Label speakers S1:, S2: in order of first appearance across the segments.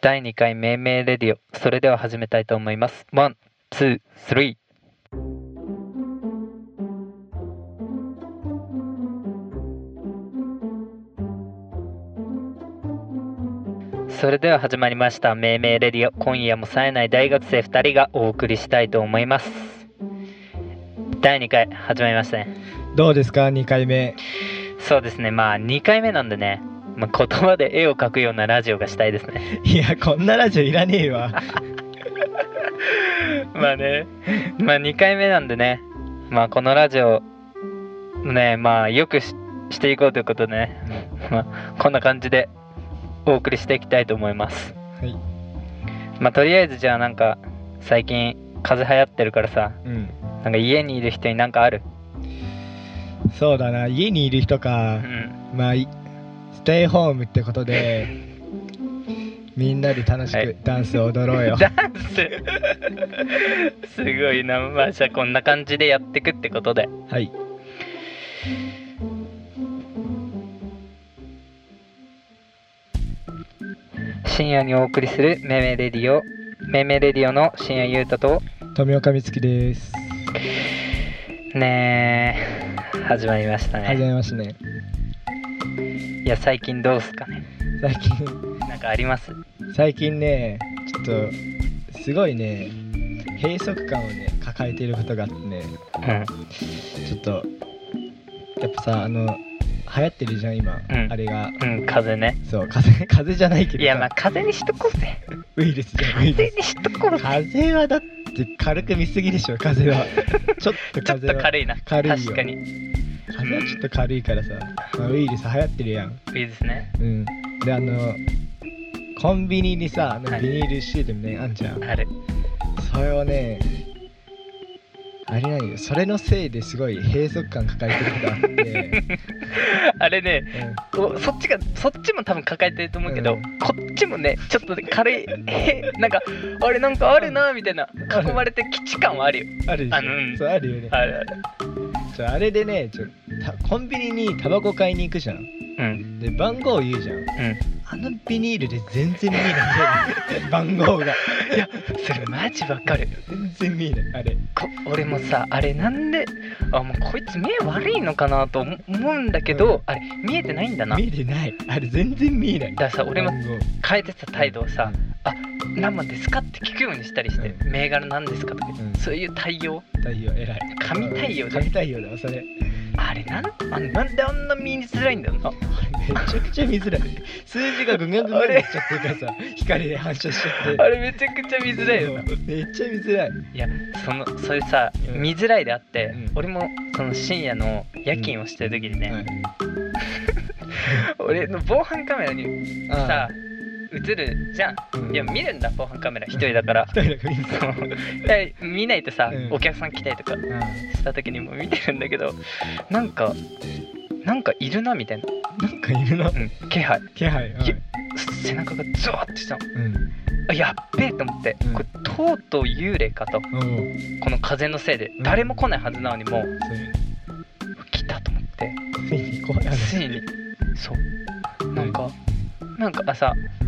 S1: 第2回命名レディオそれでは始めたいと思いますワンツースリーそれでは始まりました命名レディオ今夜も冴えない大学生2人がお送りしたいと思います第2回始まりましたね
S2: どうですか2回目
S1: そうですねまあ2回目なんでね、まあ、言葉で絵を描くようなラジオがしたいですね
S2: いやこんなラジオいらねえわ
S1: まあねまあ2回目なんでねまあこのラジオねまあよくししていこうということでね、 まあ、こんな感じでお送りしていきたいと思います
S2: はい
S1: まあとりあえずじゃあなんか最近風邪流行ってるからさ
S2: うん
S1: なんか家にいる人になんかある
S2: そうだな家にいる人
S1: う
S2: か
S1: ん
S2: まあいステイホームってことでみんなで楽し
S1: は
S2: く
S1: い
S2: ダンスを踊ろうよ、
S1: ダンス すごいなまあじゃあこんな感じでやってくってことで
S2: はい
S1: 深夜にお送りするめめレディオめめレディオの深夜ゆうたと
S2: 富岡美月です
S1: ねえ始まりました
S2: 始
S1: ね
S2: めましたね
S1: いや最近どうすかね
S2: 最近
S1: なんかあります
S2: 最近ねちょっとすごいね閉塞感をね抱えていることがあってね
S1: うん
S2: ちょっとやっぱさあの流行ってるじゃん今、
S1: うん
S2: あれが
S1: うん風邪ね
S2: そう風邪風邪じゃないけど
S1: いや
S2: さ
S1: まあ風邪にしとこうぜ
S2: ウイルスじゃんウイ
S1: 風
S2: ル
S1: 邪にしとこうぜ
S2: ス風邪はだって軽く見すぎでしょ風 邪はちょっ
S1: ちょ
S2: と
S1: っ
S2: 風
S1: と
S2: 邪は
S1: 軽いな
S2: 軽いよ
S1: 確かに
S2: 風邪はちょっと軽いからさ、まあ、ウイルス流行ってるやん
S1: いいですね
S2: うんであのコンビニにさあ
S1: は
S2: の
S1: い
S2: ビニールシールみたいなのあんじゃん、
S1: ある
S2: それをねあれなんよそれのせいですごい閉塞感抱えてることが あって、
S1: あれね
S2: うん
S1: おそっちがそっちも多分抱えてると思うけど、
S2: うん
S1: こっちもねちょっとね軽いへなんかあれなんかあるなみたいな
S2: ある
S1: 囲まれて基地感はあるよ
S2: あるでしょ
S1: あのうん
S2: そうあるよね
S1: あるある
S2: ちょあれでねちょたコンビニにタバコ買いに行くじゃん
S1: うん
S2: で番号言うじゃん
S1: うん
S2: あのビニールで全然見え ない。番号が。
S1: それマジわかる
S2: 全然見えない。あれ。
S1: こ俺もさあれなんであもうこいつ目悪いのかなと思思うんだけど、
S2: うん
S1: あれ見えてないんだなだ
S2: 見えてない。あれ全然見えない。
S1: からさ俺も
S2: 番号
S1: 変えてた態度をさ「何番ですか?」って聞くようにしたりして「
S2: う
S1: 銘柄なんですか?」とか、
S2: うん
S1: そういう対応
S2: 太陽偉い。
S1: 神対応で
S2: 神対応だわ、それ。め
S1: あれなんあなんであんな見づらいんだよな
S2: ちゃくちゃ見づらい。数字がぐんぐんぐんぐんなっちゃってるからさ、光で反射しちゃって。
S1: あれめちゃくちゃ見づらいよな
S2: うんめっちゃ見づらい。
S1: いやそのそういうさ
S2: うん
S1: 見づらいであって、
S2: うん
S1: 俺もその深夜の夜勤をしてる時にね、
S2: はい
S1: 俺の防犯カメラにさ
S2: あ
S1: 映るじゃん
S2: あ、うん
S1: いや見るんだ防犯カメラ一人 だから
S2: 一人だからいいんだ
S1: そうえ見ないとさ、
S2: うん
S1: お客さん来たりとか
S2: うん
S1: した時にも見てるんだけどなんかなんかいるなみたいな、
S2: なんかいるな
S1: う。ん、気配
S2: 気配。はい
S1: や背中がゾワッとしたの
S2: うん。
S1: あやっべえと思って、
S2: うん
S1: これとうとう幽霊かと
S2: おう
S1: この風のせいで
S2: ん
S1: 誰も来ないはずなのにもう
S2: そういう
S1: 来たと思って
S2: ついに怖い
S1: ついにそうなんかなんか朝
S2: う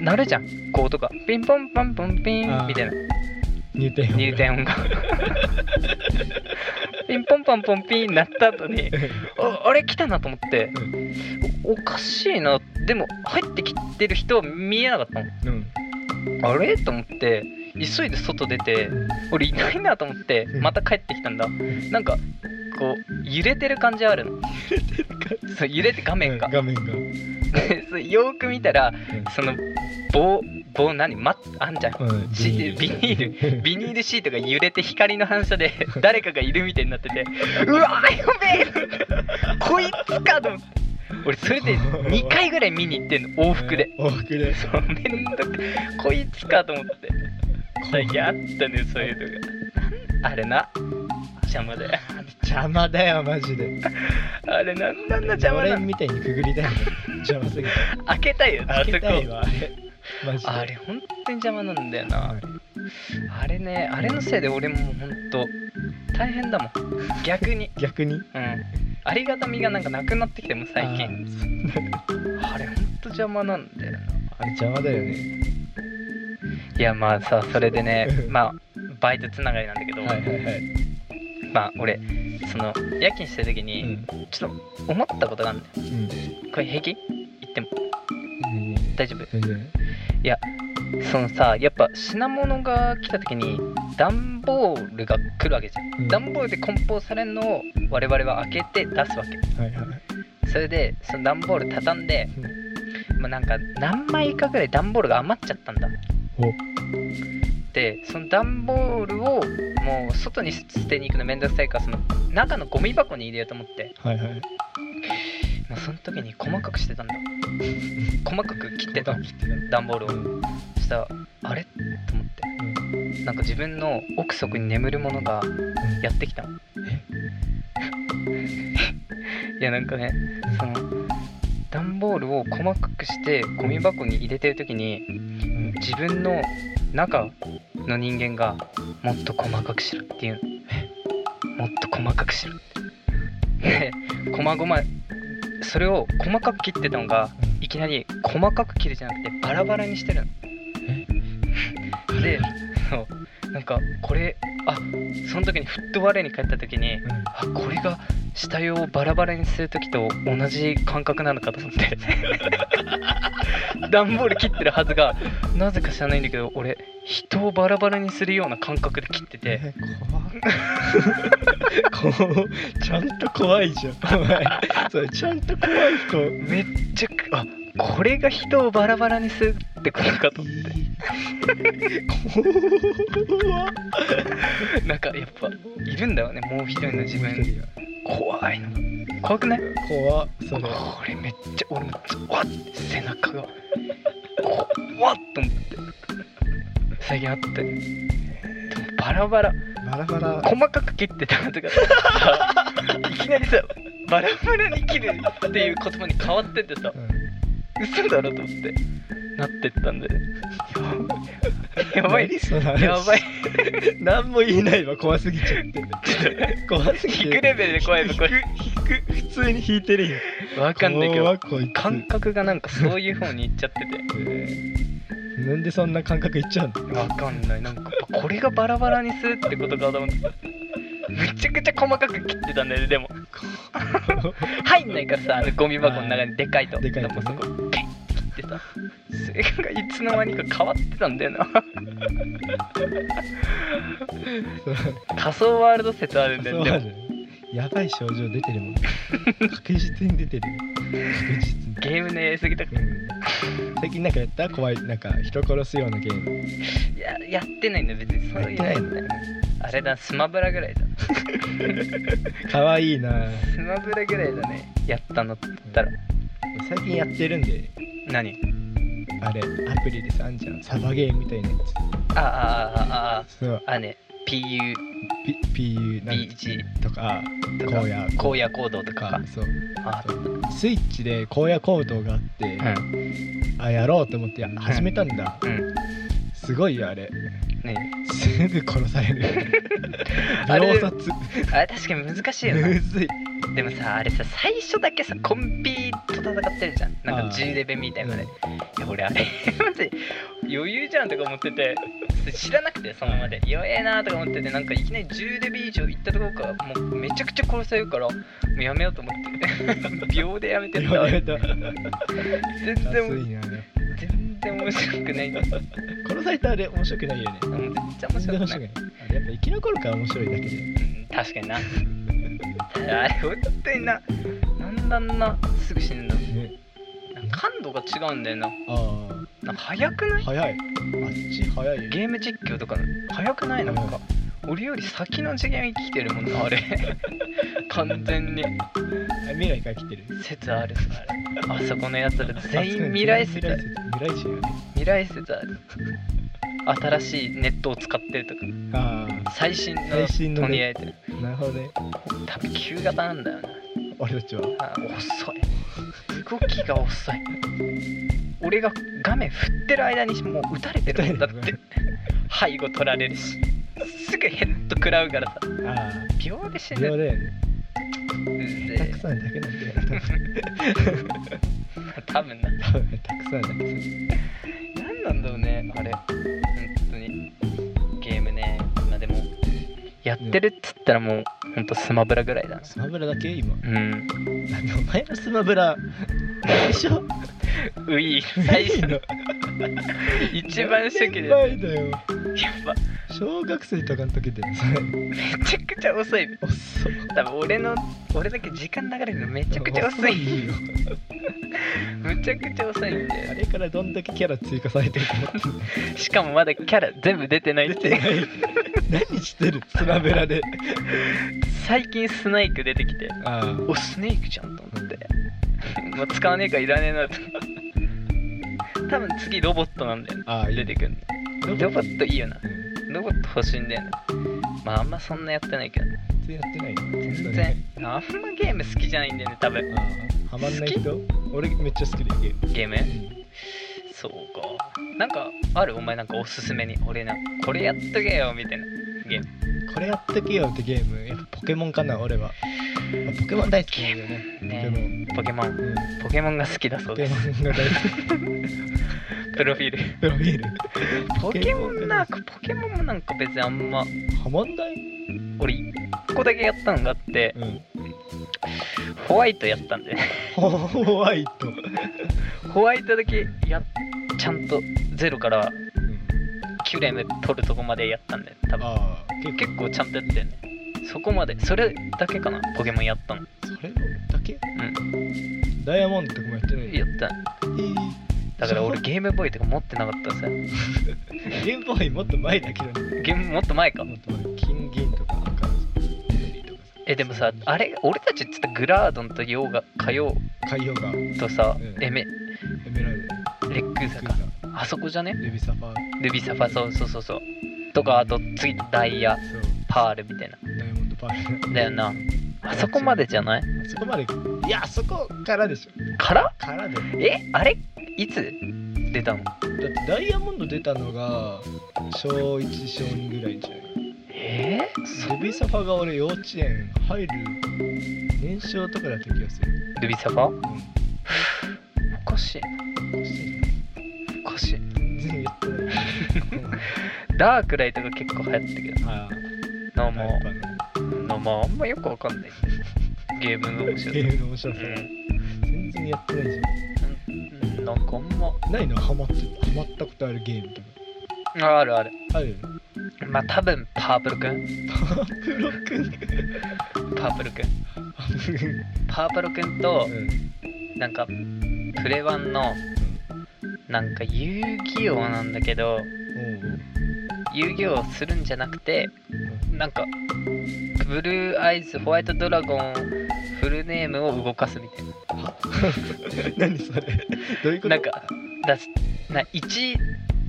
S2: ん
S1: 鳴るじゃんこうとかピンポンパンポンピン
S2: あー
S1: みたいな
S2: 入店音が
S1: 入店音が ピンポンパンポンピン鳴った後にああれ来たなと思って、おおかしいなでも入ってきてる人は見えなかった
S2: うん。
S1: のあれと思って急いで外出て
S2: うん
S1: 俺いないなと思って
S2: うん
S1: また帰ってきたんだなんかこう揺れてる感じあるのそう揺れて画面が
S2: 画面が。
S1: で そうよーく見たらその棒棒何マッあんじゃん
S2: うん
S1: シールビニー
S2: ル。
S1: ビニールシートが揺れて光の反射 で誰かがいるみたいになっててうわーやべえこいつかと思って俺それで2回ぐらい見に行ってんの往復で。
S2: 往復で。
S1: そうめんどくこいつかと思って最近あったねそういうのがあれな邪魔だよ
S2: 邪魔だよ、マジで。
S1: あれなんなんな邪魔
S2: 俺
S1: なの
S2: みたいにくぐりたいの。邪魔すぎて。
S1: 開けたいよ なあ
S2: 開
S1: そ
S2: けたい
S1: こ
S2: わ、あれ。マジで。
S1: あれ本当に邪魔なんだよなあれねあれのせいで俺も本当大変だもん逆に
S2: 逆に
S1: うんありがたみがなんかなくなってきても最近
S2: 近。
S1: あれほんと邪魔なんだよな
S2: あれ邪魔だよね。
S1: いやまあさそれでねまあバイトつながりなんだけど、
S2: はいはいはい。
S1: まあ俺その夜勤してる時に、
S2: うん
S1: ちょっと思ったことがあるんだよ
S2: うん。
S1: これ平気言っても
S2: うん
S1: 大丈夫
S2: 大丈夫
S1: そのさやっぱ品物が来た時に段ボールが来るわけじゃん、
S2: うん
S1: 段ボールで梱包されるのを我々は開けて出すわけ
S2: はいはい。
S1: それでその段ボール畳んで、まあ、なんか何枚かぐらい段ボールが余っちゃったんだ
S2: お
S1: でその段ボールをもう外に捨てに行くのめんどくさいからその中のゴミ箱に入れようと思って
S2: はいはい。
S1: もうその時に細かくしてたんだ細かく切ってたの
S2: 切ってた
S1: 段ボールを
S2: うん
S1: そしたらあれと思ってなんか自分の奥底に眠るものがやってきたの いやなんかねその段ボールを細かくしてゴミ箱に入れてる時に
S2: うん
S1: 自分の中の人間がもっと細かくしろっていうのもっと細かくしろって細々それを細かく切ってたのがいきなり細かく切るじゃなくてバラバラにしてるの。でそうなんかこれあその時にフットバレーに帰った時に
S2: うん
S1: あこれが死体をバラバラにする時と同じ感覚なのかと思って段ボール切ってるはずがなぜか知らないんだけど俺人をバラバラにするような感覚で切ってて
S2: え怖 っこうちゃんと怖いじゃんお前それちゃんと怖い人
S1: めっちゃくあこれが人をバラバラにするってことかと思って。
S2: 怖っ
S1: なんかやっぱいるんだよねもう一人の自
S2: もう一
S1: 分
S2: 人が
S1: 怖いの怖くない
S2: 怖っそ
S1: こ
S2: れ
S1: れめっちゃ俺もわっ背中が怖っと思って最近あってでもバラバラ
S2: バラバラ
S1: 細かく切ってたのとかさいきなりさバラバラに切るっていう言葉に変わってってさ
S2: うん
S1: 嘘だろと思ってなってったんでやばい
S2: 何その話
S1: やばい
S2: 何も言えないわ怖すぎちゃって怖すぎて
S1: 引くレベルで怖いぞこれ
S2: 引く普通に引いてるよ
S1: わかんないけど
S2: 怖っこいつ
S1: 感覚がなんかそういう方にいっちゃってて
S2: えーなんでそんな感覚いっちゃうの
S1: わかんないなんかこれがバラバラにするってことかと思ってめちゃくちゃ細かく切ってたんだよねでも入んないからさあのゴミ箱の中にでかいと
S2: でかいとね
S1: もうそこピッて切ってたそれがいつの間にか変わってたんだよな 仮想ワールド説あるんだ
S2: そ
S1: よ
S2: う
S1: で
S2: な
S1: も
S2: るやばい症状出てるもん 確実に出てるよ確実に、
S1: ゲームのやりすぎたか
S2: うん、最近なんかやった怖いなんか人殺すようなゲーム
S1: いややってないんだよ別にそういう
S2: やってない
S1: のあれだスマブラぐらいだ
S2: かわいいな
S1: スマブラぐらいだねやったのって言ったら
S2: 最近やってるんで
S1: 何
S2: あれアプリでさあんじゃんサバゲーみたいなや
S1: あああああ
S2: つそう
S1: ああね PU
S2: P- PU なんか
S1: BG
S2: とか
S1: とか
S2: 荒野
S1: 荒野行動と
S2: と
S1: か
S2: かそう
S1: あ
S2: スイッチで荒野行動があって、
S1: うん
S2: あやろうと思ってや始めたんだ、
S1: うん
S2: すごいよあれ
S1: ね
S2: すぐ殺される
S1: あれ
S2: 秒殺
S1: あれ確かに難しいよ
S2: む
S1: な
S2: ずい
S1: でもさあれさ最初だけさコンピと戦ってるじゃんなん
S2: あー
S1: か G レベルみたいなね
S2: うん
S1: いや俺あれ マジ余裕じゃんとか思ってて知らなくてそのまで弱えなとか思っててなんかいきなり10レベル以上いったところからもうめちゃくちゃ殺されるからもうやめようと思って 秒でやめてったわ
S2: やめた
S1: 全
S2: 熱
S1: 然
S2: いな
S1: 全然面白くないんだ
S2: 殺されたあれ面白くないよね
S1: もう全然面
S2: 全然
S1: 白くな
S2: 面白
S1: い
S2: くないあれやっぱ生き残るから面白いだけで
S1: 確かになあれ本当にななんだんなすぐ死ぬの
S2: ね
S1: 感度が違うんだよな
S2: あ
S1: なんか早くな
S2: あ
S1: い
S2: 早いあっち早いよ
S1: ゲーム実況とか早くないなんか俺より先の次元生きてるもんなあれ 完全に
S2: あ未来から来てる
S1: 説あるさあれあそこのやつら全員未来説
S2: 未来説未来人よね
S1: 未来説ある新しいネットを使ってるとか
S2: あ
S1: 最新の
S2: 最新のね
S1: 取り合えてる
S2: あなるほどね
S1: 多分旧型なんだよな
S2: 俺たちは
S1: あ遅い動きが遅い俺が画面振ってる間にもう撃たれてるもんだっ
S2: 撃たれて
S1: て背後取られるしすぐヘッド食らうからさ
S2: あ
S1: 秒で死
S2: あ
S1: ぬ
S2: 秒で
S1: ん
S2: たく
S1: で
S2: さんだけなんだよ多分
S1: 多分な
S2: 多分たくさんだけ
S1: 何なんだろうねあれってるっつったらもうほんとスマブラぐらいだな
S2: スマブラだけ今。
S1: うん
S2: だってお前のスマブ ラ、最初
S1: ウィー最初の一番初期でや
S2: 何年前だよ。
S1: ば
S2: 小学生とかの時で、それ、
S1: めちゃくちゃ遅い
S2: 遅い。
S1: 多分俺の俺だけ時間流れるのめちゃくちゃ遅い
S2: よ。
S1: むちゃくちゃ遅いんで
S2: あれからどんだけキャラ追加されてると思ってんの
S1: しかもまだキャラ全部出てないっ
S2: 出てな
S1: て
S2: い。何してるスマブラで。
S1: 最近スネーク出てきて
S2: ああ。
S1: おスネークじゃんと思ってもう使わねえからいらねえなと多分次ロボットなんだよね
S2: ああ、いい
S1: 出てくるのロボットいいよなロボット欲しいんだよねまああんまそんなやってないけど
S2: 全然やってないの
S1: 全然あんまゲーム好きじゃないんだよね多分
S2: ああハマんない人俺めっちゃ好きでゲーム
S1: ゲームそうかなんかあるお前なんかおすすめに俺なこれやっとけよみたいなゲーム
S2: これやっとけよってゲームやっぱポケモンかな俺は、まあポケモン大好きなんだよね
S1: ねポケモン
S2: ポケモン、うん
S1: ポケモンが好きだそ
S2: ポ
S1: うで
S2: ケ
S1: す
S2: モンが大好き
S1: プロフィール
S2: プロフィール
S1: ポケモンなんかポケモンもなんか別にあんま
S2: ハマんない
S1: 俺一個だけやったのがあって
S2: うん
S1: ホワイトやったんでね
S2: ホワイト、
S1: ホワイトだけやっちゃんとゼロからキュレム取るとこまでやったんで多分
S2: ああ結
S1: 結構ちゃんとやってねそこまでそれだけかなポケモンやったの
S2: それだけ、ダイヤモンドとかもやってない
S1: やっただから俺ゲームボーイとか持ってなかったさ
S2: ゲームボーイもっと前だけどね
S1: ゲームもっと前か
S2: もっと前金銀とか赤の緑とかさ
S1: えでもさあれ俺たちっつったらグラードンとヨーガ火曜
S2: 海洋がエ
S1: とさ、
S2: うん
S1: エメ
S2: メラル
S1: レッグ
S2: ド
S1: ザ
S2: ク
S1: か
S2: ーザ
S1: あそこじゃね
S2: ルビサファー
S1: ルビーサファそうそうそうそうとかあと次ダイヤ
S2: そう
S1: パールみたいな
S2: ダイヤモンドパール
S1: だよなあそこまでじゃない
S2: あそこまでいやあそこからでしょ
S1: から
S2: からでだっ
S1: えあれいつ出たの
S2: てダイヤモンド出たのが小1小2ぐらいじゃない
S1: えー、そ
S2: ルビサファが俺幼稚園入る年少とかだった気がする
S1: ルビーサファ
S2: うん
S1: おかしいおかしい
S2: 全然言ってない
S1: ダークライトが結構流行ったけど
S2: あ
S1: な
S2: あ
S1: んかもうなんかまああんまよくわかんないゲームの面白
S2: ゲ
S1: さ
S2: ームの面白さ全然やってないじ
S1: うんなんかあんま
S2: ゃんないのハマってハマったことあるゲームとか
S1: ああるある
S2: ある
S1: まあ多分パープルくん
S2: パープロくん
S1: パープルくんパープルくんとなんかプレワンのなんか遊戯王なんだけど遊戯王するんじゃなくてなんかブルーアイズホワイトドラゴンフルネームを動かすみたいな
S2: 何それどういうこと
S1: なんかだすな一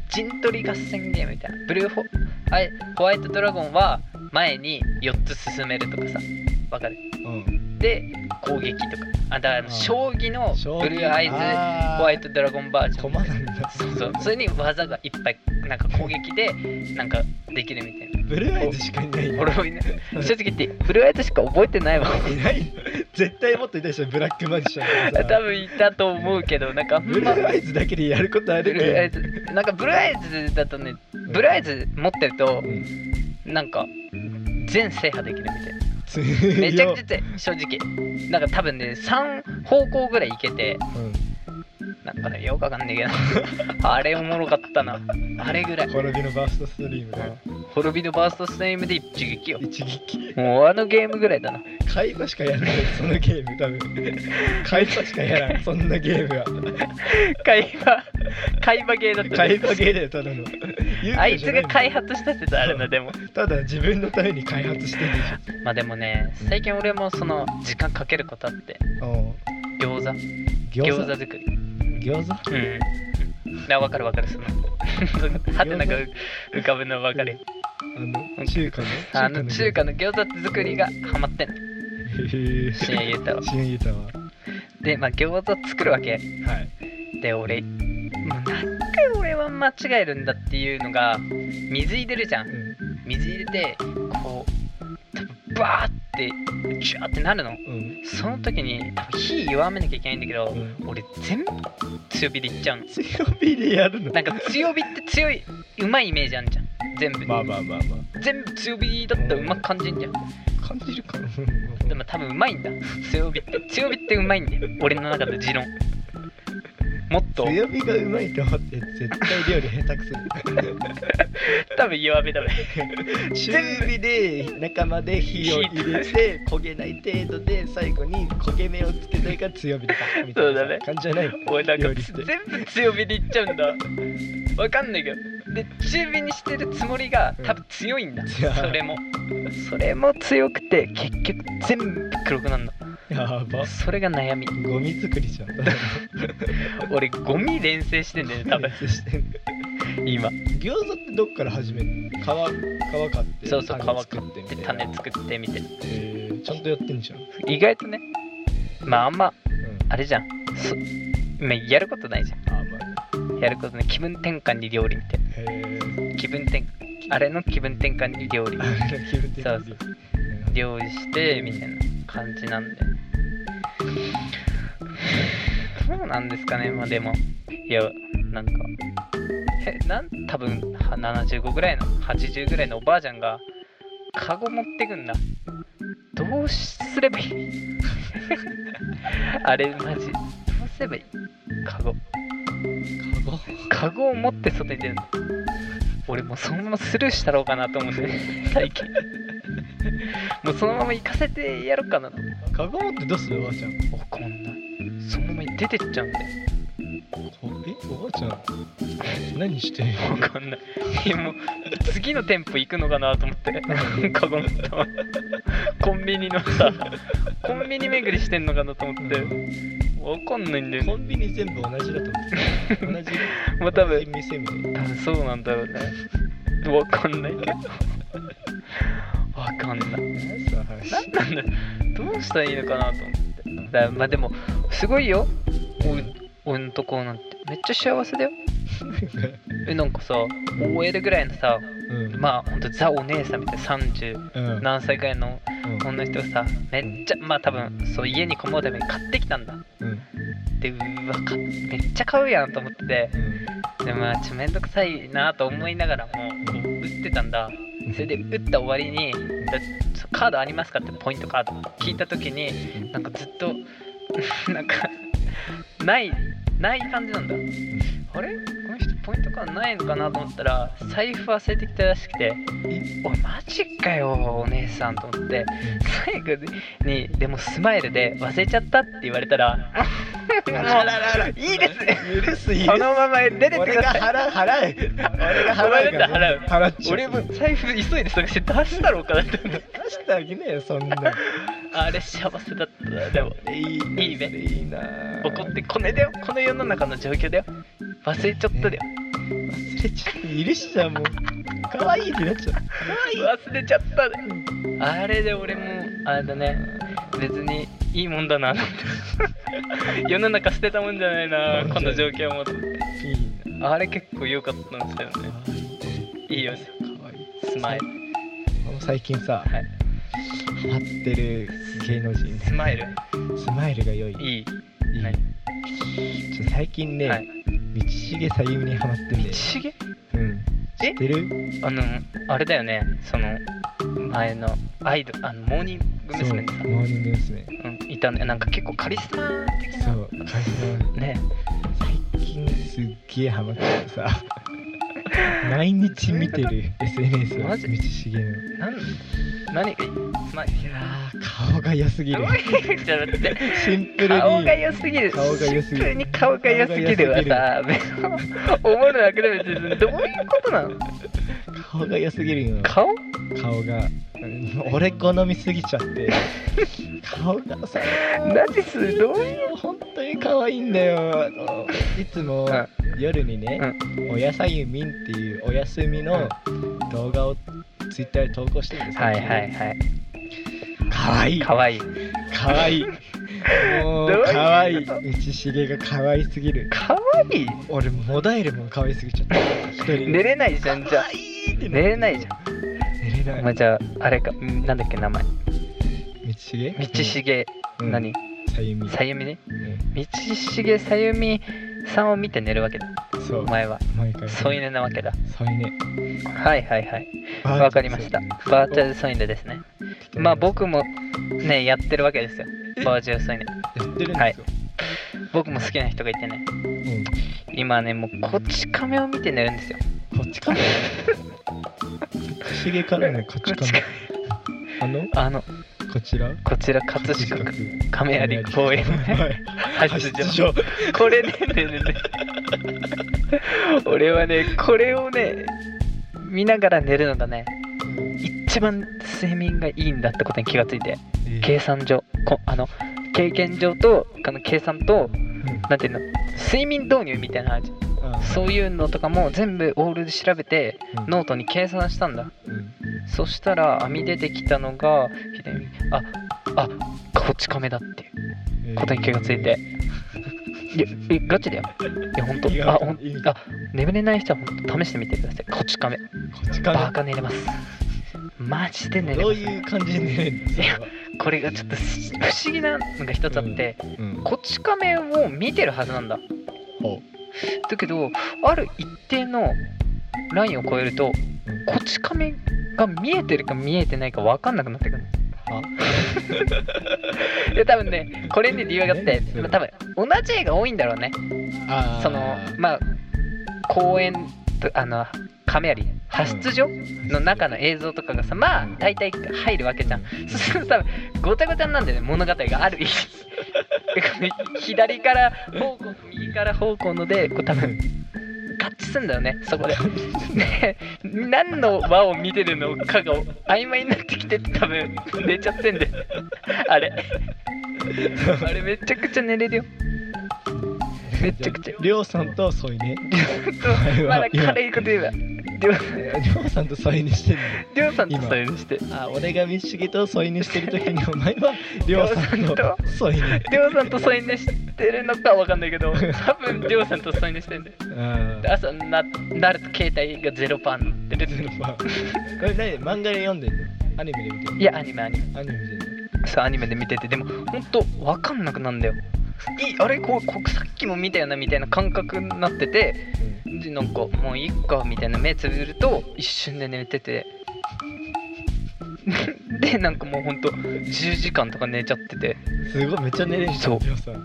S1: 陣取り合戦ゲームみたいなブルーホアイホワイトドラゴンは前に4つ進めるとかさわかる
S2: うん
S1: で攻撃とかあだから将棋の
S2: 将棋
S1: ブルーアイズ
S2: あー
S1: ホワイトドラゴンバージョン
S2: 駒なんだ
S1: そうそうそれに技がいっぱいなんか攻撃でなんかできるみたいな
S2: ブルーアイズしかいないよ
S1: 俺もいない正直言ってブルーアイトしか覚えてないわ
S2: いない絶対もっといたでしょブラックマジシャンとかさ
S1: 多分いたと思うけどなんかあんま
S2: ブルーアイズだけでやることあ
S1: ブ
S2: る
S1: ルーアイ
S2: ね
S1: ズなんかブルーアイズだとねブルーアイズ持ってると
S2: うん
S1: なんか全制覇できるみたいな
S2: 強
S1: めちゃくちゃ強い正直なんか多分ね3方向ぐらいいけて
S2: うん
S1: なんかねよくわかんねえけ どあれおもろかったなあれぐらい
S2: 滅びのバーストストリームが
S1: 滅びのバーストストリームで一撃よ
S2: 一撃
S1: もうあのゲームぐらいだな
S2: 会話しかやらないそのゲーム多分会話しかやらないそんなゲームは
S1: 会話会話ゲーだった
S2: 会話ゲーだよ ただの
S1: あいつが開
S2: 発
S1: 発したってたあれなでも
S2: ただ自分のために開発してるでし
S1: まあでもね最近俺もその時間かけることあって
S2: ょうん
S1: 餃子餃子
S2: 餃
S1: 作り
S2: 子餃子
S1: うんな分かる分かるそのはてなんか浮浮かぶの分かる
S2: あの中華の
S1: あの中華の餃子作りがハマってんの
S2: へえ
S1: 深夜言うたわ
S2: 新ユタは
S1: でまあ餃子作るわけ
S2: はい
S1: で俺もう何回俺は間違えるんだっていうのが水入れるじゃん
S2: う
S1: 水入れてこう多分バーってジュワーってなるの
S2: んうん
S1: その時に多分火弱めなきゃいけないんだけど、
S2: うん
S1: 俺全部強火でいっちゃうの
S2: 強火でやるの
S1: なんか強火って強いうまいイメージあんじゃん全部、
S2: まあまあまあま
S1: 全部強火だったらうまく感じんじゃん
S2: あ感じるかな
S1: でも多分うまいんだ強火って強火ってうまいんだよ俺の中で持論もっと
S2: 強火がうまいと思って絶対料理下手くそだ
S1: 多分弱め だね
S2: 中火で中まで火を入れて焦げない程度で最後に焦げ目をつけたいから強火でバーンみたいな
S1: そうだね
S2: 感じじゃない
S1: 俺なん
S2: 料
S1: か
S2: 理して
S1: 全部強火でいっちゃうんだわかんないけどで中火にしてるつもりが多分強いんだ、
S2: ん
S1: それもそれも強くて結局全部黒くなるの
S2: やば
S1: それが悩み
S2: ゴミ作りじゃん
S1: 俺ゴミ連成してんだよ ね多分
S2: してん
S1: 今
S2: 餃子ってどっから始めるの皮皮買って
S1: そうそう
S2: 種
S1: 皮
S2: 作ってみ
S1: で
S2: たいな
S1: 種作ってみて
S2: えーちゃんとやってんじゃん、
S1: 意外とねまああんま
S2: うん、
S1: あれじゃんそまあやることないじゃ
S2: あまあ
S1: んやることない気分転換に料理みたい
S2: へえ
S1: な気分転換あれの気分転換に料理
S2: あれ気分的
S1: そうそ
S2: に
S1: 料理してみたいな感じなんでどうなんですかねまあでもいやなんかえなん多分は75ぐらいの80ぐらいのおばあちゃんがカゴ持ってくんだどうすればいい あれマジどうすればいいカゴ
S2: カゴ
S1: カゴを持って外に出るの俺もうそのままスルーしたろうかなと思って最近もうそのまま行かせてやろうかなと
S2: カゴ持ってどうするおばあちゃんこ
S1: 怒んないそのまま出てっちゃうんだよ
S2: えおばあちゃん何してんの
S1: 怒んないいやもう次の店舗行くのかなと思ってカゴ持ったままコンビニのさコンビニ巡りしてんのかなと思って怒んないんだよ
S2: コ
S1: ね
S2: ンビニ全部同じだと思ってる
S1: も
S2: 同
S1: う
S2: じ
S1: 多
S2: 同じ
S1: 分
S2: 店みたいな
S1: 多分そうなんだろうねわかんないけどわかんない
S2: 何その話
S1: なんなんだどうしたらいいのかなと思ってだまあでもすごいよお俺のとこなんてめっちゃ幸せだよえなんかさ OL ぐらいのさ
S2: うん
S1: まあほんとザお姉さんみたいな30
S2: うん
S1: 何歳ぐらいの
S2: うん
S1: 女の人がさめっちゃまあ多分そう家にこもるために買ってきたんだ
S2: うん
S1: でうわかめっちゃ買うやんと思っててでまあちょめんどくさいなと思いながらもこう打ってたんだそれで打った終わりにだそうカードありますかってポイントカード聞いた時になんかずっと なんかないない感じなんだあれこの人ポイントカードないのかなと思ったら財布忘れてきたらしくて「おいマジかよお姉さん」と思って最後に「でもスマイルで忘れちゃった」って言われたら「 もういいですね
S2: 許す許す
S1: そのまま出てく
S2: 俺
S1: だ
S2: が
S1: さい」
S2: 払う払え俺が払うから
S1: 俺だって
S2: 払っちゃ う
S1: 俺も財布急いで探して出したろうかなって思った
S2: 出してあげねえよそんな
S1: あれ幸せだったなでも
S2: いい
S1: ねいいね
S2: いいな
S1: 怒ってこれだよこの世の中の状況だよ忘れちゃっただよ
S2: 忘れちゃって許しちゃうもう可愛いってなっちゃう
S1: 忘れちゃったであれで俺もあれだね別にいいもんだなと 思って世の中捨てたもんじゃないなこの状況もと思って
S2: いい
S1: あれ結構良かったんですよね
S2: な可愛い
S1: いいよ
S2: 可愛い
S1: スマイル
S2: 最近さ、
S1: はい
S2: ハマってる芸能人
S1: スマイル
S2: スマイルが良い
S1: いい
S2: いい
S1: 何
S2: ちょ最近ね、
S1: はい
S2: 道重さゆみにハマってんだよ
S1: 道重
S2: うん知
S1: え
S2: ってる
S1: あのあれだよねその前のアイドルあのモーニング
S2: そう
S1: 娘。さん
S2: モーニング娘。
S1: うん、いたねなんか結構カリスマ的な
S2: そうカリス
S1: ね
S2: 最近すっげえハマっててさ 毎日見て
S1: どう
S2: る SNS を道
S1: マ
S2: 重
S1: ジ
S2: のい
S1: なん何がいいまあ
S2: やー顔が良すぎる
S1: 顔が良じゃなくて
S2: シンプルに
S1: 顔が良すぎる
S2: 顔が良すぎる
S1: シンプルに顔が良すぎるはさおもろなくて別にどういうことなの
S2: 顔が良すぎるの
S1: 顔
S2: 顔がうん俺好みすぎちゃって 顔がさ
S1: 何するどういう
S2: 本当に可愛いんだよあのいつも夜にね「おやさゆみん」っていうお休みの動画をツイッターで投稿してるんです
S1: はいはいはい
S2: 可愛い
S1: かわいい
S2: 可愛い
S1: ど
S2: も
S1: ういう
S2: う
S1: こと
S2: 可愛い道重が可愛すぎる
S1: かわいい
S2: 俺もだえるもん可愛すぎちゃった一人
S1: 寝れないじゃんじゃあ
S2: 可愛いって
S1: 寝れないじゃ
S2: 寝れない
S1: まあ、じゃああれかんなんだっけ名前道
S2: 道重
S1: 重、
S2: うん
S1: 何
S2: さゆみ
S1: さゆみね
S2: うん
S1: 道重さゆみ3を見て寝るわけだ
S2: そう
S1: お前は
S2: 毎回
S1: 添い寝なわけだ
S2: 添い寝
S1: はいはいはいわかりましたバーチャル添い寝ですねまあ僕もねやってるわけですよバーチャル添い寝
S2: やってるんですよ、
S1: 僕も好きな人がいてね
S2: うんこ
S1: 今ねもうこち亀を見て寝るんですよ
S2: っちかなひげからのこっち
S1: こ
S2: か
S1: ち
S2: な
S1: 亀
S2: あの
S1: あの
S2: こちら
S1: こちら葛飾区亀有公園ね
S2: はい
S1: 発
S2: 発
S1: 情
S2: 情
S1: これねねねね俺はねこれをね見ながら寝るのがね一番睡眠がいいんだってことに気がついて
S2: えー
S1: 計算上こあの経験上とあの計算と
S2: うん
S1: なんていうの睡眠導入みたいな話
S2: あー
S1: そういうのとかも全部オールで調べて
S2: うん
S1: ノートに計算したんだ
S2: うん
S1: そしたら網出てきたのがひでみああこち亀だっていう
S2: えー
S1: ことに気がついていやえガチだよいやほんと
S2: いや
S1: あほん
S2: いい
S1: あ眠れない人はほんと試してみてくださいこち亀
S2: こっちか
S1: バ
S2: な
S1: カ寝れますマジで寝れ
S2: ど
S1: ま
S2: う
S1: す
S2: いう感じで寝れるんですか
S1: これがちょっと不思議なのが一つあって、
S2: うん
S1: こち亀を見てるはずなんだ
S2: ほ
S1: だけどある一定のラインを越えると
S2: うん
S1: こち亀が見えてるか見えてないか分かんなくなってくる
S2: あ
S1: で多分ねこれに理由があって
S2: 何それ
S1: まあ多分同じ絵が多いんだろうね
S2: あー
S1: そのまあ公園とあの亀有派出所の中の映像とかがさまあ大体入るわけじゃんそうすると多分ごちゃごちゃになるんだよね物語がある意味 左から方向右から方向のでこう多分合致すんだよねそこでで何の輪を見てるのかが曖昧になってきて多分寝ちゃってんであれあれめちゃくちゃ寝れるよめちゃくちゃ
S2: りょうさんと添い寝
S1: まだ軽いこと言えばりょう
S2: りょうさんと添い寝してる
S1: りょうさんとそれにして
S2: のあ俺が見しげと添い寝してる時にお前はりょうさ んと添い寝
S1: りょうさんと添い寝してるのかわかんないけど多分りょうさんと添い寝してんだよ
S2: あ
S1: で朝にななると携帯がゼロパンって出てる
S2: これ何漫画で読んでんのアニメで見てる
S1: いやアニメアニメ
S2: アニメで見てん
S1: そうアニメで見ててでもほんとわかんなくなんだよいあれこうこうさっきも見たよなみたいな感覚になっててでなんかもういっかみたいな目つぶると一瞬で寝てて でなんかもうほんと10時間とか寝ちゃってて
S2: のすごいめっちゃ寝れるじゃ
S1: そうん
S2: りょうさん
S1: やっ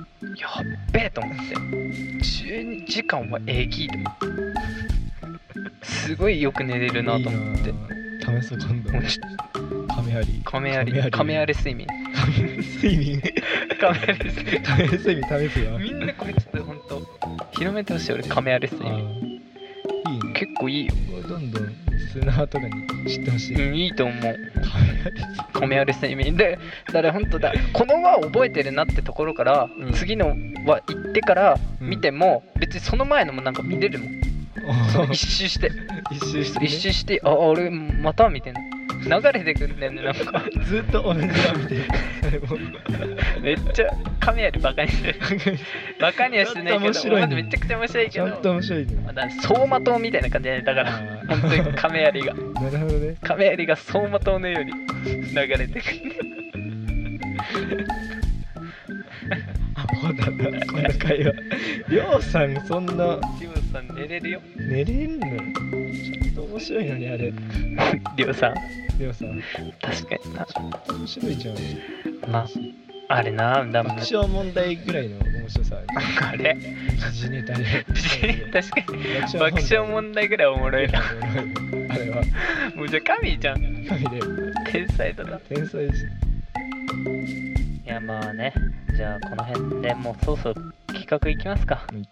S1: べえと思って12時間はえぎいと思ってすごいよく寝れるなと思って
S2: いいな試そう今度
S1: もうちょっと
S2: カメアリ
S1: カメアリカメアリ睡眠
S2: カメ睡眠
S1: カメアリ睡眠
S2: カメ睡眠試す よ
S1: みんなこれちょっとほんと広めてほしい俺カメアリ睡
S2: あ
S1: 眠
S2: ーいいね
S1: 結構いいよ、
S2: どんどん砂とかに知ってほしい、
S1: うん、いいと思う
S2: カメラリ
S1: カメアリ睡眠でだからほんとだこの輪を覚えてるなってところから、
S2: うん
S1: 次の輪行ってから見ても、別にその前のもなんか見れるもんその一周して
S2: 一周して、ね、
S1: 一周して、あ、あ俺、またみたいな。流れてくんだよね、なん か。
S2: ずっと同じ画見て るそれも
S1: めっちゃ、カメよりバカに してる。バカにはしてないけ
S2: ちゃんと面
S1: ど、
S2: 白い
S1: ま
S2: ね
S1: だめちゃくちゃ面白いけ
S2: ちゃん
S1: ど、
S2: と面白いね
S1: まだ走馬灯みたいな感じだね。だから、
S2: あ
S1: 本当にカメよりが、
S2: ーなるほどね
S1: カメよりが走馬灯のように流れてくる。
S2: あこうなんだこんな会 話りょうさんそんな
S1: りょうさん、寝れるよ。
S2: 寝れんのちょっと面白いのにあれ
S1: りょうさん、
S2: りょうさん
S1: 確かにな。
S2: 面白いじゃん
S1: まあ、あれな、だもん
S2: 爆。笑問題ぐらいの面白さ
S1: あれ
S2: 時事ネタで
S1: 確かに爆笑問題ぐらいおもろいな。
S2: 題あれは
S1: もうじゃあ神じゃん。
S2: 神で
S1: 天才だな。
S2: 天才です
S1: いやまあねじゃあこの辺でもうそろそろ企画いきますか、
S2: うん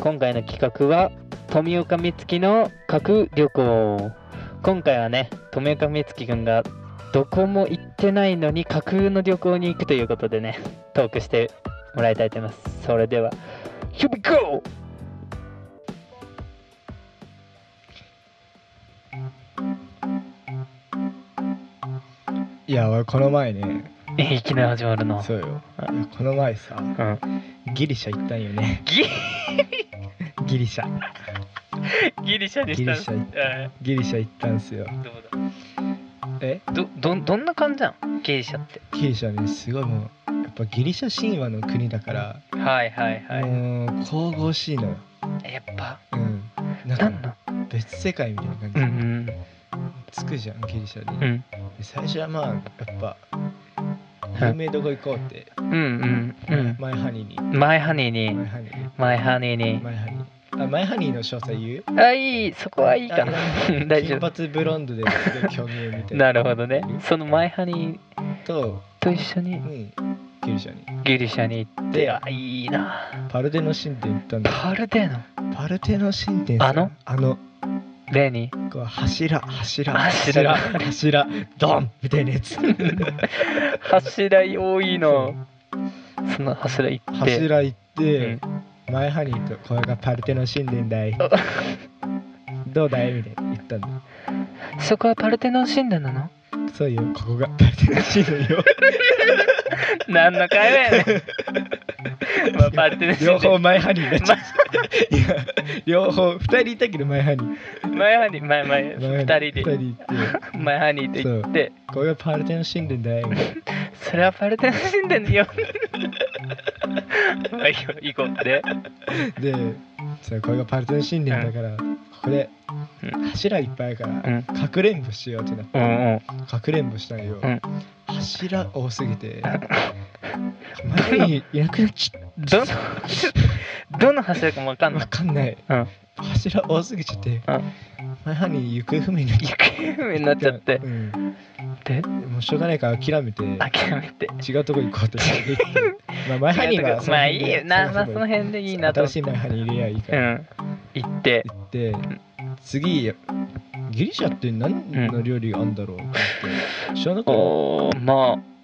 S1: 今回の企画は富岡美月の核旅行今回はね富岡美月くんがどこも行ってないのに架空の旅行に行くということでねトークしてもらいたいと思いますそれでは Here we go!
S2: いや俺この前ね
S1: えいきなり始まるの
S2: そうよいやこの前さ
S1: うん
S2: ギリシャ行ったんよね
S1: ギ
S2: ギリシャ
S1: ギリシャにしたん
S2: ギリシャ
S1: ャ
S2: ギリシャ行ったんすよ
S1: どうだ
S2: え
S1: どどどんな感じなのギリシャって
S2: ギリシャねすごいもうやっぱギリシャ神話の国だから、
S1: はいはいは
S2: もう神々しいのよ
S1: いやっぱ
S2: うんなん
S1: なん
S2: か
S1: だ
S2: 別世界みたいな感
S1: う
S2: じ、
S1: んうん
S2: つくじゃんギリシャに、
S1: うん
S2: で最初はまあやっぱ有名どこ行こうって、
S1: うんうんうん
S2: マイハニーに
S1: マイハニー
S2: マイ
S1: に
S2: ハニー
S1: マイハニー
S2: に
S1: に
S2: マイハニーあマイハニーの詳細言う
S1: あいいそこはいいかな
S2: あ
S1: 大丈夫
S2: 金髪ブロンドですごい巨乳みたいな
S1: なるほどねそのマイハニー
S2: と、
S1: と一緒に
S2: うん、ギリシャに
S1: ギリシャに行って
S2: で
S1: あいいな
S2: パルテノ神殿行ったんだ
S1: パルテノ
S2: パルテノ神殿さ
S1: あの
S2: あの
S1: レニ
S2: こう柱柱
S1: 柱
S2: 柱柱ドンみたいなやつ
S1: 柱多いのその柱行って
S2: 柱行っ
S1: う
S2: て
S1: ん、
S2: マイハニーとこれがパルテノ神殿だい
S1: あ
S2: どうだいみたいな言ったんだ
S1: そこはパルテノン神殿なの
S2: そうよここがパルテノ神殿 よ
S1: 何の会話やねん まあパルテノン神
S2: 両方
S1: 殿
S2: マイハニーになっちゃういや両方2人いたけどマイハニー
S1: マイハニー前前
S2: マイハニ
S1: 二
S2: ー
S1: 人
S2: 二
S1: で
S2: 人行って
S1: マイハニーと行って
S2: これがパルテノ神殿だいみたいな
S1: それはパルテノン神殿よまあいいよ行こうで
S2: でそうこれがパルテノ神殿だから、ここで
S1: う
S2: 柱いっぱいあるから、
S1: うん
S2: かくれんぼしようってなって
S1: うんうん
S2: かくれんぼしたんよ、
S1: うん
S2: 柱多すぎて前にいなくなっちゃっ
S1: どの どの柱かもわか
S2: た
S1: んな
S2: わ
S1: い
S2: かんない、
S1: うん
S2: 柱多すぎちゃって、
S1: ん
S2: 前に行方不明になっちゃっ
S1: 行方不明になっちゃって
S2: た、うん
S1: で
S2: もうしょうがないから諦めて
S1: 諦めて
S2: 違うとこ行こうって 言ってまあ前ハニーはその
S1: まあい
S2: 辺
S1: い
S2: で
S1: よなまあその
S2: 辺
S1: 辺でいいなと
S2: 新
S1: 思っ
S2: してい前ハニー入れりゃいいか
S1: う
S2: ら、
S1: ん行って
S2: 行って次ギリシャって何の料理があるんだろうと思って、知らなかった
S1: おーまあ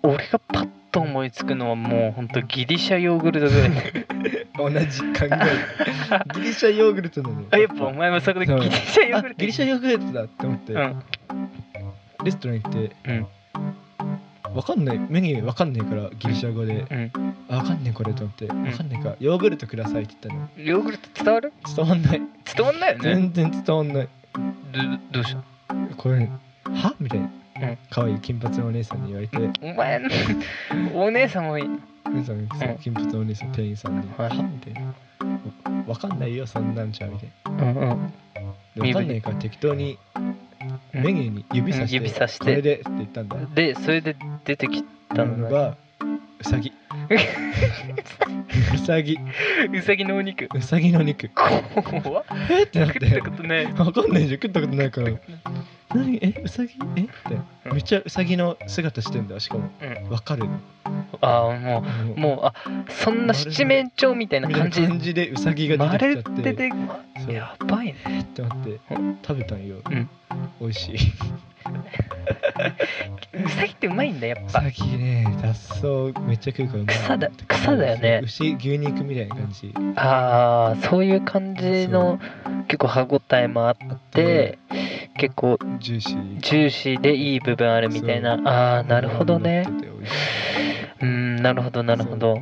S1: 俺がパッと思いつくのはもうほんとギリシャヨーグルトぐらい
S2: 同じ考 えギリシャヨーグルトなのよ
S1: あやっぱお前もそこでギリシャヨー
S2: あ
S1: グルト
S2: ギリシャヨーグルトだって思って、
S1: うん
S2: レストラン行って、
S1: うん
S2: わかんないメニューわかんないからギリシャ語で、
S1: うん
S2: あわかんないこれと思って、わかんないからヨーグルトくださいって言ったの
S1: ヨーグルト伝わる
S2: 伝わんない
S1: 伝わんないよね
S2: 全然伝わんない
S1: どどうした
S2: これはみたいな、
S1: うん
S2: 可愛い金髪のお姉さんに言われて、
S1: お前のお姉さんもいい
S2: お姉さんそう金髪のお姉さん店員さんに「
S1: はい
S2: はみたいな「わかんないよそんなんじゃ」みたい
S1: うんうん
S2: なでわかんないから適当に
S1: うん
S2: メニューに指さして,、
S1: うん指さして
S2: これでって言ったんだ
S1: でそれで出てきた
S2: なの
S1: のが
S2: がうさ ぎうさぎ
S1: うさぎのお肉
S2: うさぎの肉
S1: 怖っ
S2: えってなっ
S1: 食った
S2: て
S1: ことね
S2: わかんないじゃん食ったことないから何えうさぎえってめっちゃうさぎの姿してんだしかも
S1: うん
S2: わかる
S1: ああも
S2: も
S1: うもうあそんな七面鳥みたいな
S2: みたい
S1: 感
S2: な
S1: じ
S2: 感じでうさぎが
S1: ま
S2: 出
S1: る
S2: てきちゃ
S1: っ
S2: ってて
S1: で
S2: そう
S1: やばいね
S2: ってなって食べたんよ、
S1: うん
S2: 美味しい
S1: うさぎってうまいんだや
S2: う
S1: っぱ
S2: さぎね雑草めっちゃ食うからうまい
S1: 草だ草だよね
S2: 牛牛肉みたいな感じ
S1: ああそういう感じの結構歯ごたえもあって結構
S2: ジューシー
S1: ジューシーでいい部分あるみたいなああーなるほどね
S2: ってて美味しい
S1: うんなるほどなるほど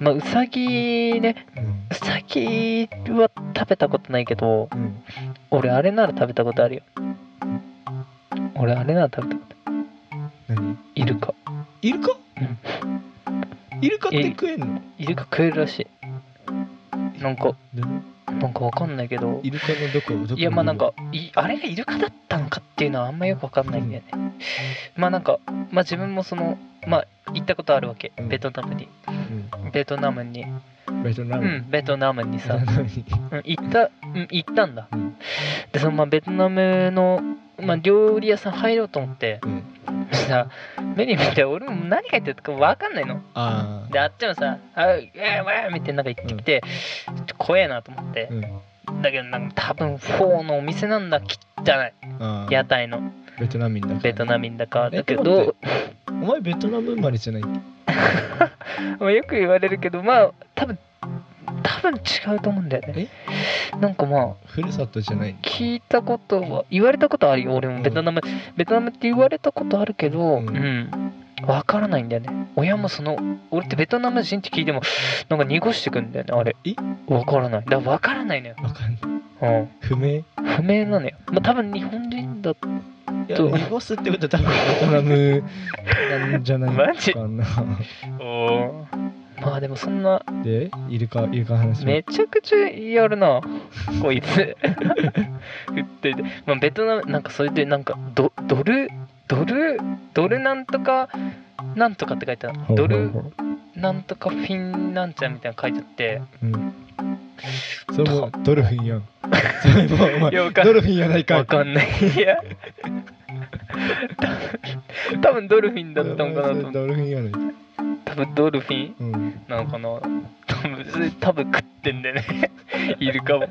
S1: まあうさぎね
S2: うん
S1: うさぎは食べたことないけど
S2: うん
S1: 俺あれなら食べたことあるよ俺あれなら食べたこと
S2: 何
S1: イルカ
S2: イルカ
S1: うん
S2: イルカって食えんの
S1: イルカ食えるらしいなんかなんかわかんないけど
S2: イルカのどこどこ
S1: いやまあなんかいあれがイルカだったのかっていうのはあんまよくわかんないんだよね、まあなんかまあ自分もそのまあ行ったことあるわけ、
S2: うん
S1: ベトナムに
S2: う
S1: ベトナムに
S2: んベトナ
S1: う
S2: ム
S1: んベトナムに
S2: な
S1: さ、
S2: のに
S1: うん、行った、うん、行ったんだ
S2: うん
S1: でそのまあベトナムのまあ料理屋さん入ろうと思って
S2: うん
S1: そしたらメニュー見て俺も何書いてるかわかんないの
S2: あ
S1: であっちもさ「あうえーわー」みたいななんか言ってきて、ちょっと怖えなと思って
S2: ー、うん
S1: だけどなんか多分フォーのお店なんだ汚
S2: あ
S1: い
S2: ー
S1: 屋台の
S2: ベトナムだから
S1: ベトナムだから
S2: え
S1: だけ
S2: 待っ
S1: ど、
S2: お前ベトナム生まれじゃない
S1: まあ、よく言われるけどまあ多分多分違うと思うんだよねなんかまあ
S2: ふるさとじゃない
S1: 聞いたことは言われたことあるよ俺
S2: う
S1: も
S2: ん
S1: ベトナム、ベトナムって言われたことあるけどう
S2: うん
S1: んわからないんだよね親もその俺ってベトナム人って聞いてもなんか濁してくんだよねあれ
S2: え
S1: わからないだからわからないのよ、
S2: わかんない
S1: うん、
S2: 不明
S1: 不明なのよまあ多分日本人だ
S2: いや
S1: 当
S2: 濁すってことは多分ベトナムなんじ ゃないかな。
S1: おーまあでもそんな
S2: で、イルカ、イルカの話。
S1: めちゃくちゃやるなこいつ振ってて、まあ、ベトナムなんかそれでなんかドドルドルドルなんとかなんとかって書いてある
S2: ほうほ
S1: ド
S2: う
S1: ル
S2: ほう
S1: なんとかフィンなんちゃらみたいなの書いてあって
S2: うん。それもうドルフィンやん。それもうお前
S1: いやわかん
S2: ドルフィンやないか
S1: わ
S2: い。
S1: かんないいや 多分多分ドルフィンだったのかなと思って
S2: ドルフィンやないか。
S1: 多分ドルフィン
S2: うん。
S1: なのかな多分それ多分食ってんだよね イルカも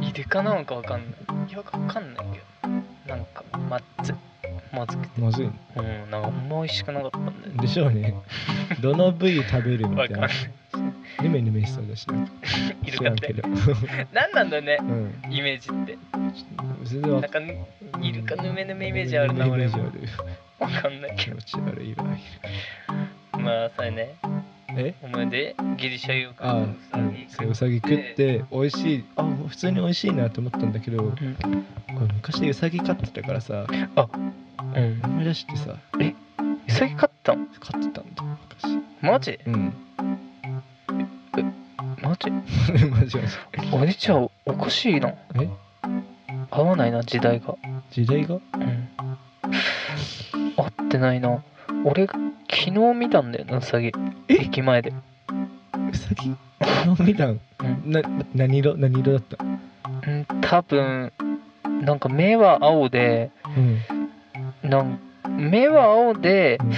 S1: イルカなのかわかんないいやわかんないけどなんかまずまずくて
S2: まずい。
S1: うんなんかあんま美味しくなかったんだよね
S2: でしょうね。どの部位食べるみた
S1: わ
S2: い
S1: かんな。
S2: ないヌメヌメしそうだし、なんか
S1: イル
S2: 知
S1: カ
S2: ら
S1: っ
S2: んけ
S1: て
S2: ど。
S1: 何なんだろうね
S2: うん。
S1: イメージって
S2: 全然わ
S1: なんかイルカヌメヌメイ
S2: イ
S1: メージあるな俺
S2: イメ
S1: も
S2: ージある。
S1: わかんない
S2: 気
S1: け
S2: 持ち悪いわ。
S1: どまあそれね
S2: え
S1: お前でギリシャ遊郭
S2: ああ、うん、そううさぎ食って美味しいあ普通に美味しいなと思ったんだけど
S1: うん
S2: 俺昔うさぎ飼ってたからさ
S1: うん
S2: 思い出してさ
S1: ウサギ飼ったの
S2: 飼ってたんだ昔
S1: マジ
S2: うん
S1: マジ
S2: マジマジ
S1: おじちゃんおかしいな
S2: え
S1: 合わないな時代が
S2: 時代が
S1: うん合ってないな俺昨日見たんだよなウサギ
S2: え
S1: 駅前で
S2: うさぎの見たん
S1: うん
S2: な何色何色だった
S1: うん多分なんか目は青で
S2: うん
S1: なん目は青で
S2: うん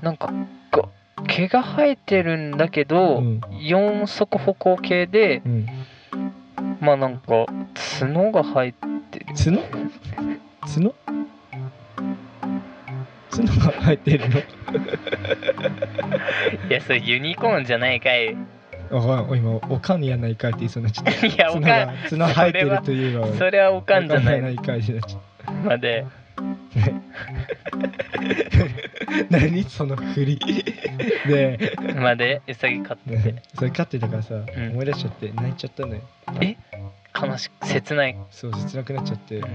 S1: なんかが毛が生えてるんだけど、
S2: うん
S1: 四足歩行系で
S2: うん
S1: まあなんか角が生えてる
S2: 角角角が生えてる
S1: いやそれユニコーンじゃないかい い
S2: のわかん今おかんやないかって言いそうになっちゃった
S1: やお
S2: 角
S1: かん
S2: が角生えてるといえば
S1: それはおかんじゃな
S2: おかん
S1: い
S2: やないかってなっちゃった
S1: まで
S2: 何その振りで、
S1: までウサギ飼ってて
S2: ね、それ飼ってたからさ、
S1: ん
S2: 思い出しちゃって泣いちゃったのよ
S1: 悲しく切ない
S2: そう切なくなっちゃって、
S1: うん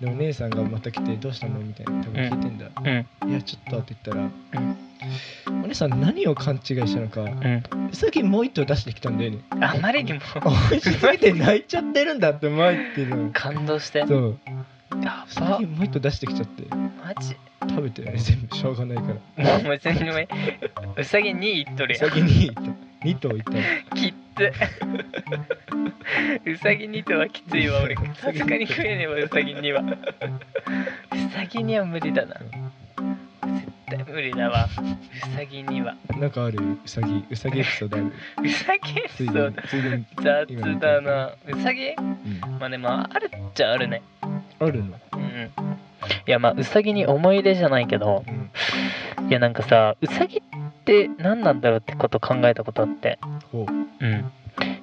S2: でお姉さんがまた来て「どうしたの?」みたいな多分聞いてんだ、
S1: うん
S2: いやちょっと」って言ったら、お姉さん何を勘違いしたのか
S1: うん
S2: 最近もう一頭出してきたんだよね
S1: あまりに も
S2: 美味しすぎて泣いちゃってるんだって思ってる の
S1: 感動してや
S2: そう最
S1: ば
S2: 近もう一頭出してきちゃって
S1: マジ
S2: 食べてね全部しょうがないから
S1: もう別にめうさぎに行っとるやん
S2: 先に2頭いった
S1: きっ つうさぎにとはきつい わ俺さすがに食えねえわうさぎにはうさぎには無理だな絶対無理だわうさぎには
S2: なんかあるうさぎうさぎエピソードある
S1: うさぎ
S2: ついで
S1: そ
S2: に
S1: う
S2: ついでに、
S1: 雑だなうさぎ
S2: うん
S1: まあでもあるっちゃあるね
S2: あるの
S1: うんいやまあうさぎに思い出じゃないけど
S2: うん
S1: いやなんかさうさぎって何なんだろうってこと考えたことあって
S2: ほう
S1: うん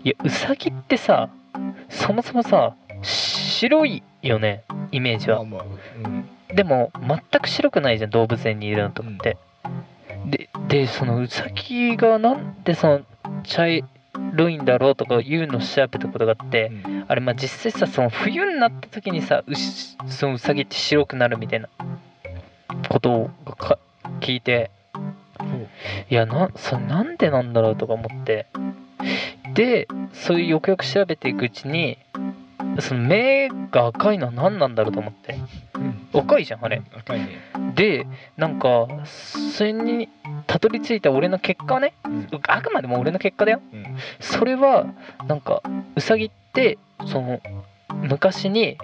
S1: いやうさぎってさそもそもさ白いよねイメージ
S2: まあ
S1: は
S2: まあうん
S1: でも全く白くないじゃん動物園にいるのとかって、ででそのうさぎがなんでその茶色いんだろうとかいうのを調べたことがあって
S2: うん
S1: あれまあ実際さその冬になった時にさうしそのうさぎって白くなるみたいなことをか聞いて
S2: ほう
S1: いやなそれなんでなんだろうとか思ってでそういうよくよく調べていくうちにその目が赤いのは何なんだろうと思って
S2: うん
S1: 赤いじゃんあれ
S2: 赤いね
S1: でなんかそれにたどり着いた俺の結果はね
S2: うん
S1: あくまでも俺の結果だよ
S2: うん
S1: それはなんかウサギってその昔に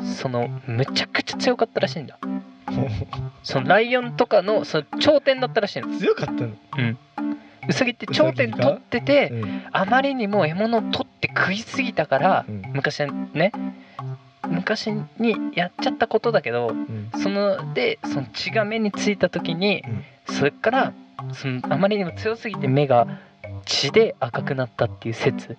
S2: うん
S1: そのむちゃくちゃ強かったらしいんだ
S2: ほ
S1: そのライオンとかのその頂点だったらしいの
S2: う強かったの
S1: ウサギって頂点
S2: ウサギが
S1: 取ってて、
S2: うん
S1: あまりにも獲物を取って食いすぎたから
S2: うん
S1: 昔ね昔にやっちゃったことだけど
S2: うん
S1: そのでその血が目についた時にそれからそのあまりにも強すぎて目が血で赤くなったっていう説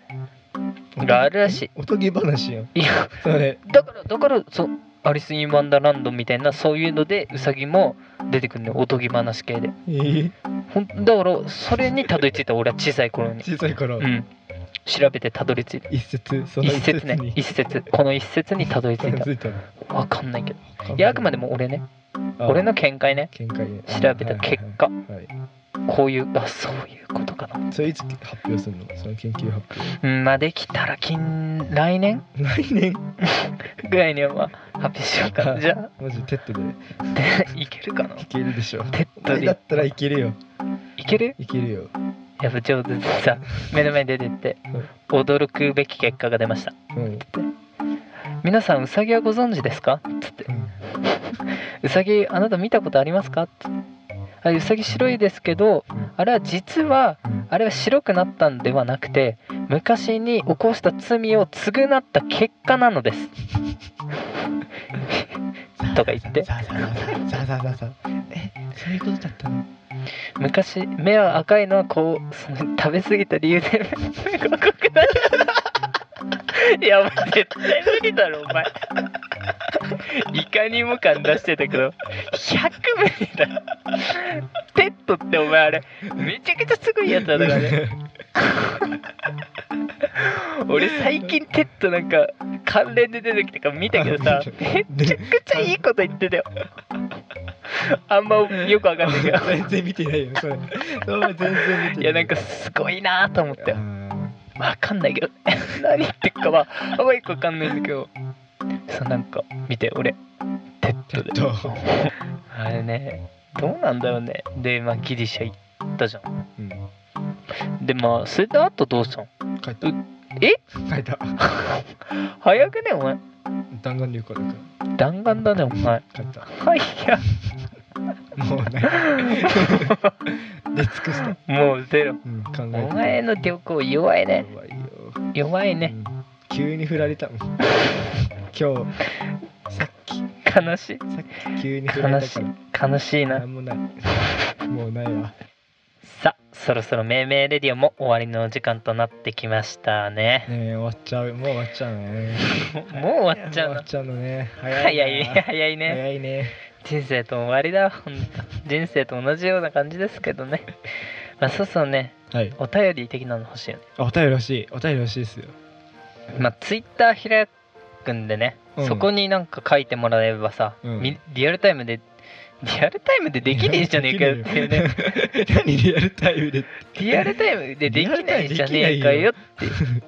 S2: うん
S1: があるらし
S2: おとぎ話やん
S1: いいや
S2: それ
S1: だからだからそアリス・イン・ワンダーランドみたいなそういうのでウサギも出てくるのよおとぎ話系で
S2: えー
S1: ほんだからそれにたどり着いた俺は小さい頃に
S2: 小さい頃
S1: うん調べてたどり着いた
S2: 一節その
S1: 一
S2: 一節
S1: 節ね
S2: に
S1: 一節この一節にたどり着いた
S2: ついたの
S1: わかんないけどいやあくまでも俺ね俺の見解ね
S2: 見解ね
S1: 調べた結果
S2: はいはいは
S1: こういうあそういうことかない
S2: それいつ発表するのその研究発表
S1: うんまあできたら近来年
S2: 来年
S1: ぐらいにはまあ発表しようか
S2: あ
S1: じゃ
S2: マジテッドで
S1: あでいけるかない
S2: けるでしょ
S1: テッド
S2: だっ
S1: で
S2: たらいけるよ
S1: いける
S2: いけるよ
S1: いや部長でさ目の前に出てって驚くべき結果が出ました
S2: うんうん
S1: 皆さんウサギはご存知ですかつってウサギあなた見たことありますかってあれウサギ白いですけど
S2: うん
S1: あれは実は
S2: うん
S1: あれは白くなったんではなくて昔に起こした罪を償った結果なのですとか言って
S2: さあさあさあさあさあさあさあえそういうことだったの
S1: 昔目は赤いのはこうその食べ過ぎた理由で 目が赤くなるいやお前絶対無理だろお前いかにも感出してたけど100無理だペットってお前あれめちゃくちゃすごいやつだからね 俺最近テッドなんか関連で出てきたから見たけどさめちゃくちゃいいこと言って たよあんま よくわかんないけど
S2: 全然見てないよそれそれ全然見てない
S1: いやなんかすごいなーと思ったよ
S2: あ
S1: わかんないけど 何言ってっかはあんまよくわかんないんだけどそうなんか見て俺テッドで
S2: ーちょっ
S1: あれねどうなんだろうねでまあギリシャ行ったじゃん
S2: とうん
S1: でまあそれとあとどうしたの
S2: 書いた
S1: うえ
S2: 書いた
S1: 早くねお前
S2: 弾丸旅行だか
S1: 弾丸だねお前
S2: ら書いた
S1: はいや
S2: もうね出尽くした、
S1: もうゼロ
S2: うん、考えて
S1: お前の旅行弱いね
S2: 弱いよ、
S1: 弱いね
S2: うん急に振られたもん今日さっきさ
S1: 悲しい
S2: っき急に振ら
S1: 悲
S2: れた
S1: し
S2: から
S1: い悲しいな
S2: なんもないもうないわ
S1: さあそろそろ命名レディオも終わりの時間となってきましたね
S2: ねえ終わっちゃうもう終わっちゃうね
S1: ももう終わっちゃう
S2: も終わ
S1: な
S2: っちゃうのね早
S1: 早
S2: い
S1: い
S2: な
S1: 早いね
S2: 早いね
S1: 人生と終わりだほんと人生と同じような感じですけどねまあそうそうね
S2: はい
S1: お便り的なの欲しいよね
S2: あお便り欲しいお便り欲しいですよ
S1: まあツイッター開くんでね、
S2: うん
S1: そこになんか書いてもらえればさ、
S2: うん
S1: みリアルタイムでリアルタイムでできねえじゃねえかよっていうね
S2: できねえよ何リアルタイムで
S1: リアルタイムでできないじゃねえかよっていう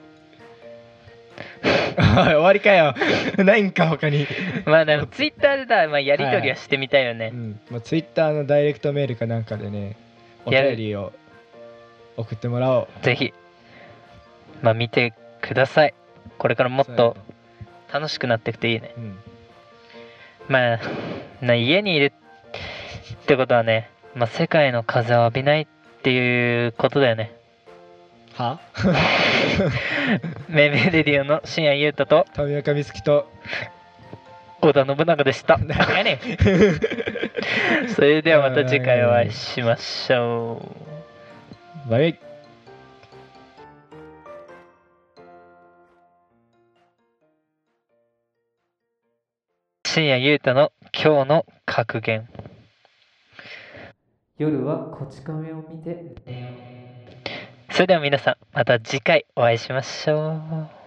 S2: おい終わりかよないんか他に
S1: まあで もツイッターでだ、まあ、やりとりはしてみたいよね、
S2: うんまあ、ツイッターのダイレクトメールかなんかでねお
S1: やる
S2: 便りを送ってもらおう
S1: ぜひまあ見てくださいこれからもっと楽しくなっていくといいね
S2: うん
S1: まあな家にいるってことはね、まあ、世界の風を浴びないっていうことだよね
S2: は
S1: めめレディオの深夜ゆうたと
S2: 富岡美 月と
S1: 織田信長で した
S2: やね
S1: それではまた次回お会いしましょう
S2: バイバイ
S1: 深夜ゆうたの今日の格言夜はこち亀を見てそれでは皆さんまた次回お会いしましょう